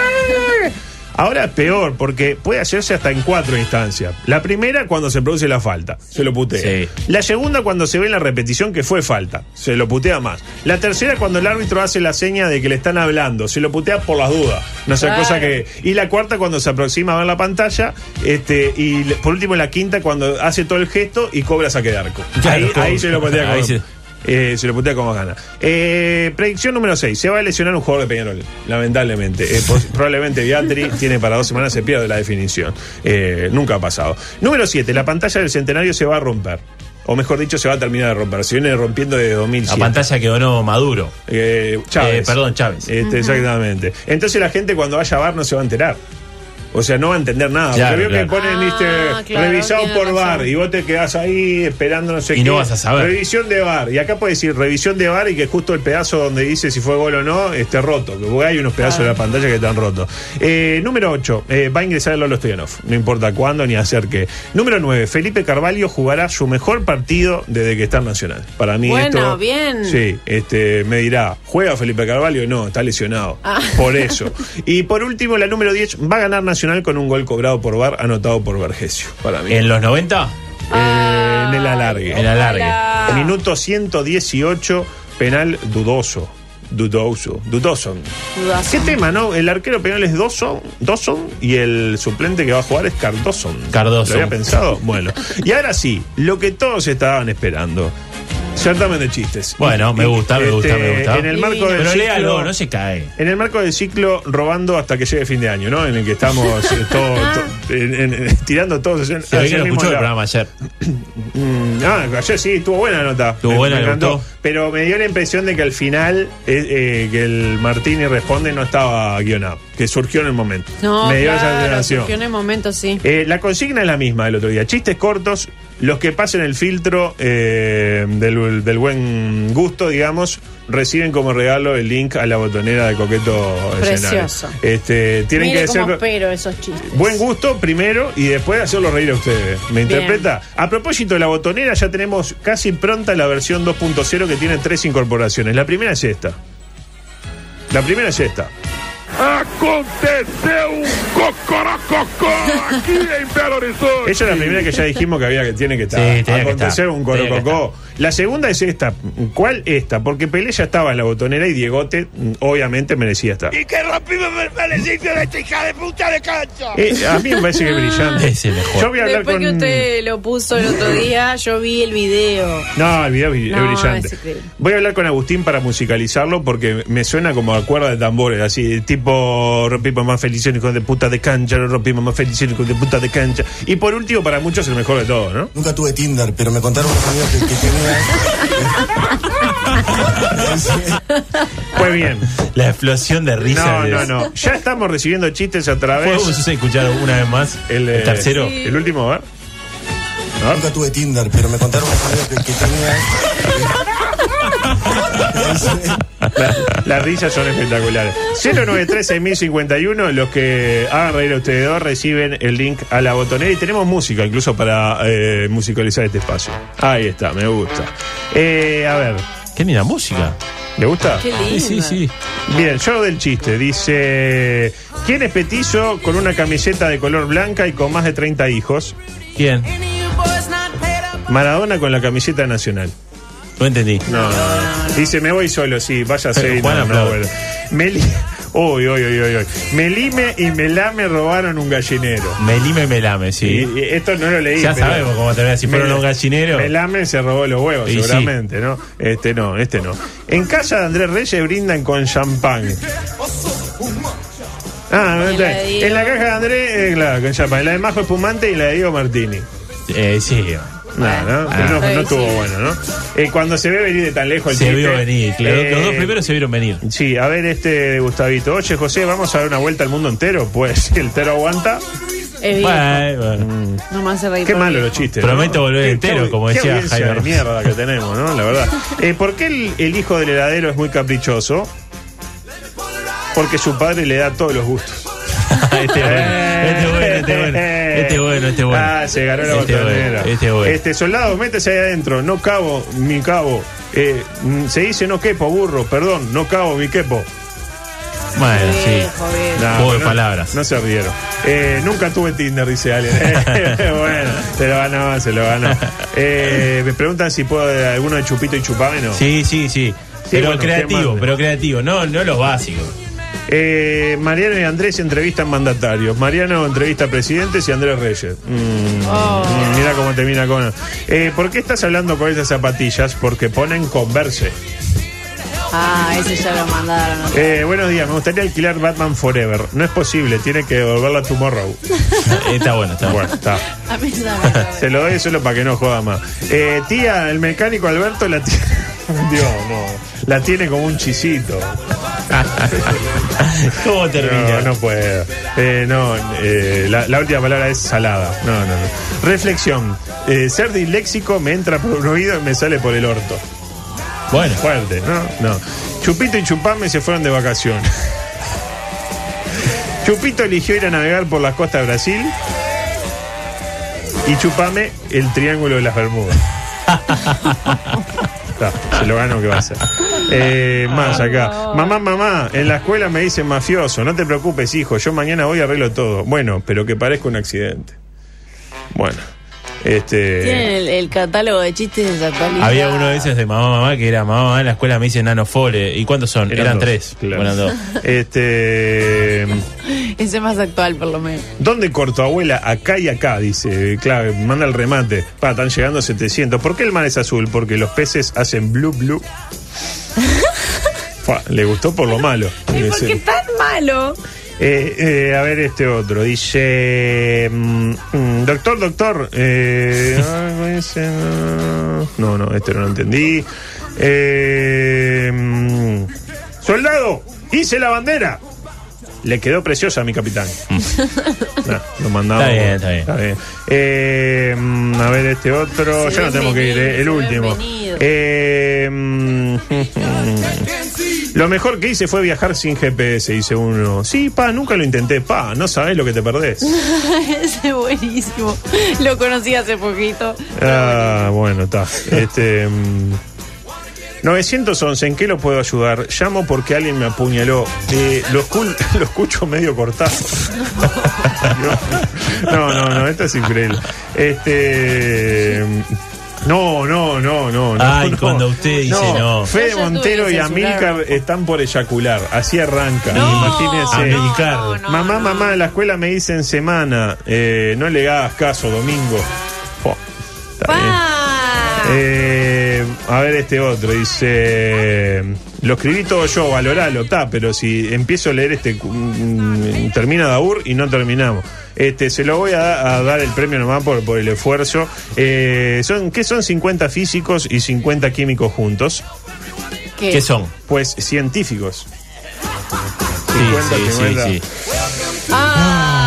Speaker 2: eh! Ahora es peor, porque puede hacerse hasta en cuatro instancias. La primera, cuando se produce la falta, se lo putea.
Speaker 4: Sí.
Speaker 2: La segunda, cuando se ve en la repetición que fue falta, se lo putea más. La tercera, cuando el árbitro hace la seña de que le están hablando, se lo putea por las dudas. No sea
Speaker 3: Claro.
Speaker 2: cosa que. Y la cuarta, cuando se aproxima a ver la pantalla. este Y le- por último, la quinta, cuando hace todo el gesto y cobra saque de arco.
Speaker 4: Claro.
Speaker 2: Ahí, ahí se lo putea
Speaker 4: Ahí
Speaker 2: como,
Speaker 4: se-
Speaker 2: eh, se lo putea como gana. Eh, predicción número 6. Se va a lesionar un jugador de Peñarol, lamentablemente. Eh, pos- (laughs) probablemente Beatri tiene para dos semanas, se pierde la definición. Eh, nunca ha pasado. Número 7. La pantalla del centenario se va a romper. O mejor dicho, se va a terminar de romper. Se viene rompiendo desde
Speaker 4: La
Speaker 2: 2007.
Speaker 4: pantalla que donó Maduro.
Speaker 2: Eh, Chávez.
Speaker 4: Eh, perdón, Chávez.
Speaker 2: Este, Exactamente. Entonces la gente cuando vaya a bar no se va a enterar. O sea, no va a entender nada.
Speaker 4: Claro,
Speaker 2: porque veo
Speaker 4: claro.
Speaker 2: que ponen este,
Speaker 3: Ah, claro,
Speaker 2: revisado
Speaker 3: tiene
Speaker 2: por
Speaker 3: razón.
Speaker 2: bar y vos te quedás ahí esperando no sé qué.
Speaker 4: Y no vas a saber.
Speaker 2: Revisión de bar. Y acá puede decir revisión de bar y que justo el pedazo donde dice si fue gol o no esté roto. que Porque hay unos pedazos de la pantalla que están rotos. Eh, número 8. va a ingresar Lolo Stoyanov. No importa cuándo ni hacer qué. Número 9. Felipe Carvalho jugará su mejor partido desde que está en Nacional. Para mí
Speaker 3: Bueno,
Speaker 2: esto-
Speaker 3: bien.
Speaker 2: Sí, este, me dirá, ¿juega Felipe Carvalho? No, está lesionado.
Speaker 3: Ah.
Speaker 2: Por eso. Y por último, la número 10 va a ganar Nacional con un gol cobrado por VAR, anotado por Vergesio, para mí.
Speaker 4: En los 90,
Speaker 2: Eh, en el alargue.
Speaker 4: En el alargue.
Speaker 3: Ojalá.
Speaker 2: Minuto 118, penal dudoso. Dudoso. Dudoso.
Speaker 3: Dudazo.
Speaker 2: ¿Qué tema, no? El arquero penal es Dawson, Dawson y el suplente que va a jugar es Cardoson.
Speaker 4: Cardoso.
Speaker 2: ¿Lo había pensado? Bueno. Y ahora sí, lo que todos estaban esperando. Certamen de chistes. Este,
Speaker 4: Bueno, me gusta, me gusta, me gusta.
Speaker 2: En el marco del
Speaker 4: Pero
Speaker 2: ciclo-
Speaker 4: léalo, no se cae.
Speaker 2: en el marco del ciclo robando hasta que llegue fin de año, ¿no? En el que estamos
Speaker 4: (laughs)
Speaker 2: eh, todo- to- en- en- en- tirando todos hacia-
Speaker 4: Se ve
Speaker 2: hacia
Speaker 4: que
Speaker 2: el
Speaker 4: lo
Speaker 2: mismo
Speaker 4: escuchó el
Speaker 2: lado.
Speaker 4: programa ayer.
Speaker 2: Mm, ah, ayer sí, estuvo buena la nota.
Speaker 4: Estuvo
Speaker 2: Me-
Speaker 4: buena,
Speaker 2: me
Speaker 4: le
Speaker 2: encantó.
Speaker 4: gustó.
Speaker 2: Pero me dio la impresión de que al final eh, eh, que el Martini responde no estaba guionado, que surgió en el momento.
Speaker 3: No,
Speaker 2: me dio esa
Speaker 3: claro,
Speaker 2: sensación.
Speaker 3: surgió en el momento, sí.
Speaker 2: Eh, la consigna es la misma del otro día. Chistes cortos, los que pasen el filtro eh, del, del buen gusto, digamos, reciben como regalo el link a la botonera de Coqueto Escenario.
Speaker 3: Precioso.
Speaker 2: Este, tienen
Speaker 3: Mire
Speaker 2: que
Speaker 3: cómo
Speaker 2: ser
Speaker 3: espero esos chistes.
Speaker 2: Buen gusto primero y después hacerlo reír a ustedes. ¿Me
Speaker 3: Bien.
Speaker 2: interpreta? A propósito de la botonera, ya tenemos casi pronta la versión 2.0 que tiene tres incorporaciones. La primera es esta. La primera es esta.
Speaker 8: Aconteceu um cocorococó aqui em Belo Horizonte.
Speaker 2: Esa es la primera que ya dijimos que había que tiene que estar.
Speaker 4: Sí, tenía que
Speaker 2: Acontecer
Speaker 4: estar.
Speaker 2: un
Speaker 4: Tenía que
Speaker 2: corococó. La segunda es esta. ¿Cuál esta? Porque Pelé ya estaba en la botonera y Diegote mm, obviamente merecía estar.
Speaker 8: E que rápido me pareciste de esta hija de puta de cancha.
Speaker 2: Eh, a mí me parece que es brillante.
Speaker 4: Es el mejor.
Speaker 2: Yo voy a hablar
Speaker 3: Después
Speaker 2: con...
Speaker 3: que usted lo puso el
Speaker 2: (coughs)
Speaker 3: otro día, yo vi el video.
Speaker 2: No, el video es
Speaker 3: No,
Speaker 2: brillante.
Speaker 3: es increíble.
Speaker 2: Voy a hablar con Agustín para musicalizarlo porque me suena como a cuerda de tambores, así, tipo rompimos más felices, hijos de puta de cancha, rompimos más felices, hijos de puta de cancha. Y por último, para muchos, el mejor de todos, ¿no?
Speaker 9: Nunca tuve Tinder, pero me contaron unos amigos que, que tenía.
Speaker 2: (laughs) Pues bien.
Speaker 4: La explosión de risas.
Speaker 2: No,
Speaker 4: de-
Speaker 2: no, no. Ya estamos recibiendo chistes a través.
Speaker 4: ¿Podemos escuchar una vez más el,
Speaker 2: eh,
Speaker 4: tercero?
Speaker 2: El último, a ver.
Speaker 9: Nunca tuve Tinder, pero me contaron unos amigos que, que tenía.
Speaker 2: Las risas son espectaculares. 093-6051, los que hagan reír a ustedes dos reciben el link a la botonera y tenemos música incluso para eh, musicalizar este espacio. Ahí está, me gusta. Eh, a ver,
Speaker 4: ¿Qué linda música?
Speaker 2: ¿le gusta?
Speaker 3: Qué lindo.
Speaker 4: Sí, sí, sí.
Speaker 2: Bien, yo del chiste. Dice, ¿quién es petizo con una camiseta de color blanca y con más de 30 hijos?
Speaker 4: ¿Quién?
Speaker 2: Maradona con la camiseta nacional.
Speaker 4: No entendí.
Speaker 2: No, no, no. Dice, me voy solo, sí, váyase. y
Speaker 4: Juan
Speaker 2: no, no,
Speaker 4: aplaude.
Speaker 2: vuelve. Meli... Uy, uy, uy, uy, uy. Melime y Melame robaron un gallinero.
Speaker 4: Melime Melame,
Speaker 2: Y,
Speaker 4: sí.
Speaker 2: y esto no lo leí.
Speaker 4: ya
Speaker 2: pero-
Speaker 4: sabemos cómo termina. Si fueron
Speaker 2: Mela-
Speaker 4: los gallineros.
Speaker 2: Melame se robó los huevos,
Speaker 4: Y sí.
Speaker 2: seguramente, ¿no? Este no, este no. En casa de Andrés Reyes brindan con champán. Ah, no
Speaker 3: Y la de
Speaker 2: entiendo.
Speaker 3: Diego.
Speaker 2: En la caja de Andrés, eh, claro, con champán. La de Majo Espumante y la de Diego Martini.
Speaker 4: Eh, sí.
Speaker 2: No, no,
Speaker 4: Ah.
Speaker 2: no, no
Speaker 3: Sí,
Speaker 2: estuvo
Speaker 3: sí.
Speaker 2: bueno, ¿no? Eh, cuando se ve venir de tan lejos el
Speaker 4: Se
Speaker 2: chiste,
Speaker 4: vio venir. claro.
Speaker 2: eh,
Speaker 4: Los dos primeros se vieron venir.
Speaker 2: Sí, a ver este de Gustavito. Oye, José, ¿vamos a dar una vuelta al mundo entero? Pues si el entero aguanta.
Speaker 3: Es bien.
Speaker 4: Bueno,
Speaker 2: Mm.
Speaker 4: bueno.
Speaker 3: No me hace reír.
Speaker 2: Qué
Speaker 3: por
Speaker 2: malo
Speaker 3: mí.
Speaker 2: los chistes.
Speaker 4: Prometo
Speaker 2: ¿no?
Speaker 4: volver
Speaker 2: Qué-
Speaker 4: entero,
Speaker 2: qué-
Speaker 4: como
Speaker 2: qué
Speaker 4: decía
Speaker 2: audiencia
Speaker 4: Jaime
Speaker 2: de
Speaker 4: Ross.
Speaker 2: mierda que tenemos, ¿no? La
Speaker 4: (laughs)
Speaker 2: verdad. Eh, ¿Por qué el, el hijo del heladero es muy caprichoso? Porque su padre le da todos los gustos.
Speaker 4: (laughs) este es bueno, este es bueno, este es bueno, este es bueno.
Speaker 2: Ah, se ganó la
Speaker 4: Este es bueno,
Speaker 2: botonera.
Speaker 4: Este es bueno.
Speaker 2: Este, soldado, métese ahí adentro. No cabo, mi cabo. Eh, mm, se dice no quepo, burro. Perdón, no cabo, mi quepo.
Speaker 4: Bueno, sí.
Speaker 3: Viejo, viejo.
Speaker 2: No,
Speaker 4: Juego de
Speaker 2: no-
Speaker 4: palabras.
Speaker 2: No se rieron. Eh, nunca tuve Tinder, dice alguien. (laughs) Eh, bueno, se lo ganó, se lo ganó. Eh, me preguntan si puedo de alguno de Chupito y Chupameno.
Speaker 4: Sí, sí, sí. pero
Speaker 2: bueno, ¿qué
Speaker 4: creativo,
Speaker 2: más?
Speaker 4: pero creativo. No, no los básicos. (laughs)
Speaker 2: Eh, Mariano y Andrés entrevistan mandatarios. Mariano entrevista a presidentes y Andrés Reyes. Mm, mm, mira cómo termina con. Eh, ¿Por qué estás hablando con esas zapatillas? Porque ponen converse.
Speaker 3: Ah, ese ya lo mandaron. otra
Speaker 2: Eh, buenos días, me gustaría alquilar Batman Forever. No es posible, tiene que devolverla tomorrow.
Speaker 4: está bueno, está bueno.
Speaker 2: Bueno, está.
Speaker 3: vez. A mí ya
Speaker 2: (laughs)
Speaker 3: me acabé.
Speaker 2: Se lo doy solo para que no joda más. Eh, tía, el mecánico Alberto la tiene. (laughs) Dios, no. La tiene como un chisito.
Speaker 4: ¿Cómo
Speaker 2: No,
Speaker 4: termina?
Speaker 2: no puedo. Eh, no, eh, la, la última palabra es salada. No, no, no. Reflexión. Eh, ser disléxico me entra por un oído y me sale por el orto.
Speaker 4: Bueno,
Speaker 2: Fuerte, ¿no? No. Chupito y Chupame se fueron de vacaciones. (laughs) Chupito eligió ir a navegar por las costas de Brasil. Y Chupame el Triángulo de las Bermudas. Está, se lo gano que va a ser. Eh, más acá. Mamá, mamá, en la escuela me dicen mafioso. No te preocupes, hijo. Yo mañana voy y arreglo todo. Bueno, pero que parezca un accidente. Bueno. Este.
Speaker 3: Tienen el, el catálogo de chistes desactualizados.
Speaker 4: había uno de esos de mamá, mamá, que era mamá, mamá, en la escuela me dicen nano fole. ¿Y cuántos son? Eran,
Speaker 2: dos,
Speaker 4: tres.
Speaker 2: claro.
Speaker 4: Eran dos.
Speaker 2: Este.
Speaker 3: Ese es más actual, por lo menos.
Speaker 2: ¿Dónde corto, abuela? Acá y acá, dice. Claro, manda el remate. Pa, están llegando a 700. ¿Por qué el mar es azul? Porque los peces hacen blue,
Speaker 3: (laughs)
Speaker 2: blue. Fua, le gustó por lo malo.
Speaker 3: ¿Y por
Speaker 2: Dice.
Speaker 3: qué tan malo?
Speaker 2: Eh, eh, a ver este otro. Dice... mm, mm, doctor, doctor.
Speaker 4: (laughs)
Speaker 2: eh, algo dice, no, no, no, este no lo entendí. Eh, mm, soldado, hice la bandera. Le quedó preciosa a mi capitán. Nah, lo mandamos.
Speaker 4: Mm. Está bien, está bien.
Speaker 2: Eh, mm, a ver este otro.
Speaker 3: Se
Speaker 2: ya no
Speaker 3: ven
Speaker 2: tenemos que ir.
Speaker 3: venir,
Speaker 2: eh, el
Speaker 3: se ven
Speaker 2: último.
Speaker 3: venir.
Speaker 2: Eh, mm, Lo mejor que hice fue viajar sin GPS, dice uno. Sí, pa, nunca lo intenté, pa, no sabés lo que te perdés.
Speaker 3: (laughs) Ese es buenísimo. Lo conocí hace poquito.
Speaker 2: ah, bueno, está. Este, mm, 911, ¿en qué lo puedo ayudar? Llamo porque alguien me apuñaló. Eh, lo, escu- (laughs) lo escucho medio cortado. (laughs) no, no, no, esto es increíble. Este. mm, No, no, no, no. no,
Speaker 4: Ay,
Speaker 2: no.
Speaker 4: cuando usted dice no.
Speaker 2: Fede
Speaker 3: Yo ya
Speaker 2: Montero
Speaker 3: tuve
Speaker 2: y
Speaker 3: que censurar.
Speaker 2: Amílcar están por eyacular. Así arranca.
Speaker 3: No,
Speaker 2: Imagínense.
Speaker 3: no,
Speaker 4: Amilcar.
Speaker 3: no, no,
Speaker 2: Ah, mamá,
Speaker 3: no.
Speaker 2: mamá, en la escuela me dicen semana. eh, no le hagas caso, domingo. Jo, está bien.
Speaker 3: Pa.
Speaker 2: Eh, a ver este otro. Dice... Lo escribí todo yo, valoralo, está, pero si empiezo a leer este... cu- mm, mm, termina Daur y no terminamos. Este, se lo voy a, da- a dar el premio nomás por, por el esfuerzo. Eh, son, ¿Qué son 50 físicos y 50 químicos juntos? eh,
Speaker 3: ¿Qué?
Speaker 4: ¿Qué son?
Speaker 2: Pues científicos.
Speaker 4: Sí,
Speaker 2: 50,
Speaker 4: sí, sí,
Speaker 2: 50.
Speaker 4: sí.
Speaker 3: Ah, a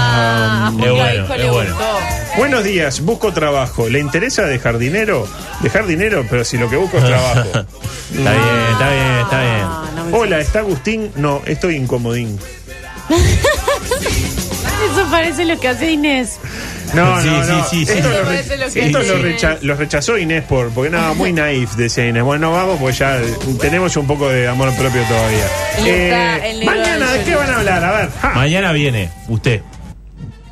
Speaker 4: Mm,
Speaker 3: Julio
Speaker 4: es
Speaker 3: Hijo
Speaker 4: bueno,
Speaker 3: le
Speaker 4: es bueno.
Speaker 3: gustó.
Speaker 2: Buenos días, busco trabajo. ¿Le interesa dejar dinero? Dejar dinero, pero si lo que busco es trabajo.
Speaker 4: (laughs) Está bien, está bien, está bien.
Speaker 3: Ah, no me-
Speaker 2: Hola, ¿está Agustín? No, estoy incomodín.
Speaker 3: Eso parece lo que hace Inés.
Speaker 2: No,
Speaker 4: Sí,
Speaker 2: no,
Speaker 4: sí,
Speaker 2: no.
Speaker 4: sí, sí.
Speaker 2: Esto,
Speaker 4: Me
Speaker 2: lo,
Speaker 3: parece
Speaker 2: re-
Speaker 3: lo que
Speaker 2: esto
Speaker 3: hace
Speaker 2: lo
Speaker 3: Inés.
Speaker 2: recha- los rechazó Inés por, porque nada,
Speaker 4: (laughs)
Speaker 2: muy naif, decía Inés. Bueno, vamos, porque ya tenemos un poco de amor propio todavía. Eh,
Speaker 3: Y está el negro
Speaker 2: mañana,
Speaker 3: del
Speaker 2: ¿de qué van a hablar? A ver. ja.
Speaker 4: Mañana viene usted.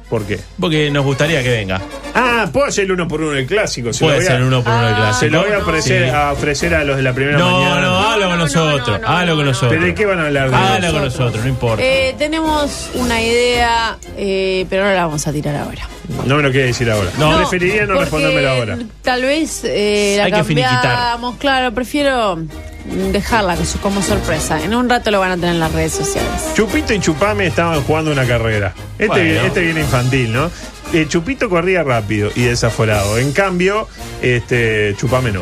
Speaker 2: ¿Por qué?
Speaker 4: Porque nos gustaría que venga.
Speaker 2: Ah, puedo hacer el uno por uno el clásico. Se lo
Speaker 4: Puede
Speaker 2: voy a-
Speaker 4: ser uno por uno de
Speaker 3: Ah,
Speaker 4: clase.
Speaker 2: Se lo voy a ofrecer,
Speaker 4: Sí.
Speaker 2: a, ofrecer a los de la primera
Speaker 4: No,
Speaker 2: mañana.
Speaker 4: no, hablo con nosotros.
Speaker 3: no, no,
Speaker 4: Hablo con
Speaker 3: no, no.
Speaker 4: nosotros.
Speaker 2: ¿Pero de qué van a hablar? De
Speaker 4: Habla con nosotros, no importa.
Speaker 3: Eh, tenemos una idea, eh, pero no la vamos a tirar ahora.
Speaker 2: No me lo quiere decir ahora.
Speaker 4: No.
Speaker 2: Preferiría no
Speaker 3: porque
Speaker 2: responderme ahora.
Speaker 3: Tal vez eh, la
Speaker 4: Hay que
Speaker 3: cambiamos, claro, prefiero mm, dejarla con su- como sorpresa. En un rato lo van a tener en las redes sociales.
Speaker 2: Chupito y Chupame estaban jugando una carrera. Este,
Speaker 4: Bueno.
Speaker 2: viene, este viene infantil, ¿no? Eh, Chupito corría rápido y desaforado. En cambio, este Chupame no.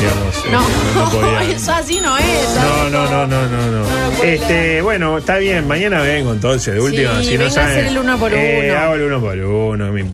Speaker 2: Digamos, eh,
Speaker 3: No,
Speaker 2: no
Speaker 3: (laughs)
Speaker 2: podía.
Speaker 3: eso así no es.
Speaker 2: No, no, no, no, no, no.
Speaker 3: No lo puedo
Speaker 2: Este, bueno, está bien, mañana vengo entonces, de última,
Speaker 3: Sí,
Speaker 2: si no
Speaker 3: venga a
Speaker 2: saben.
Speaker 3: hacer el uno por
Speaker 2: Eh,
Speaker 3: uno.
Speaker 2: hago el uno por uno, me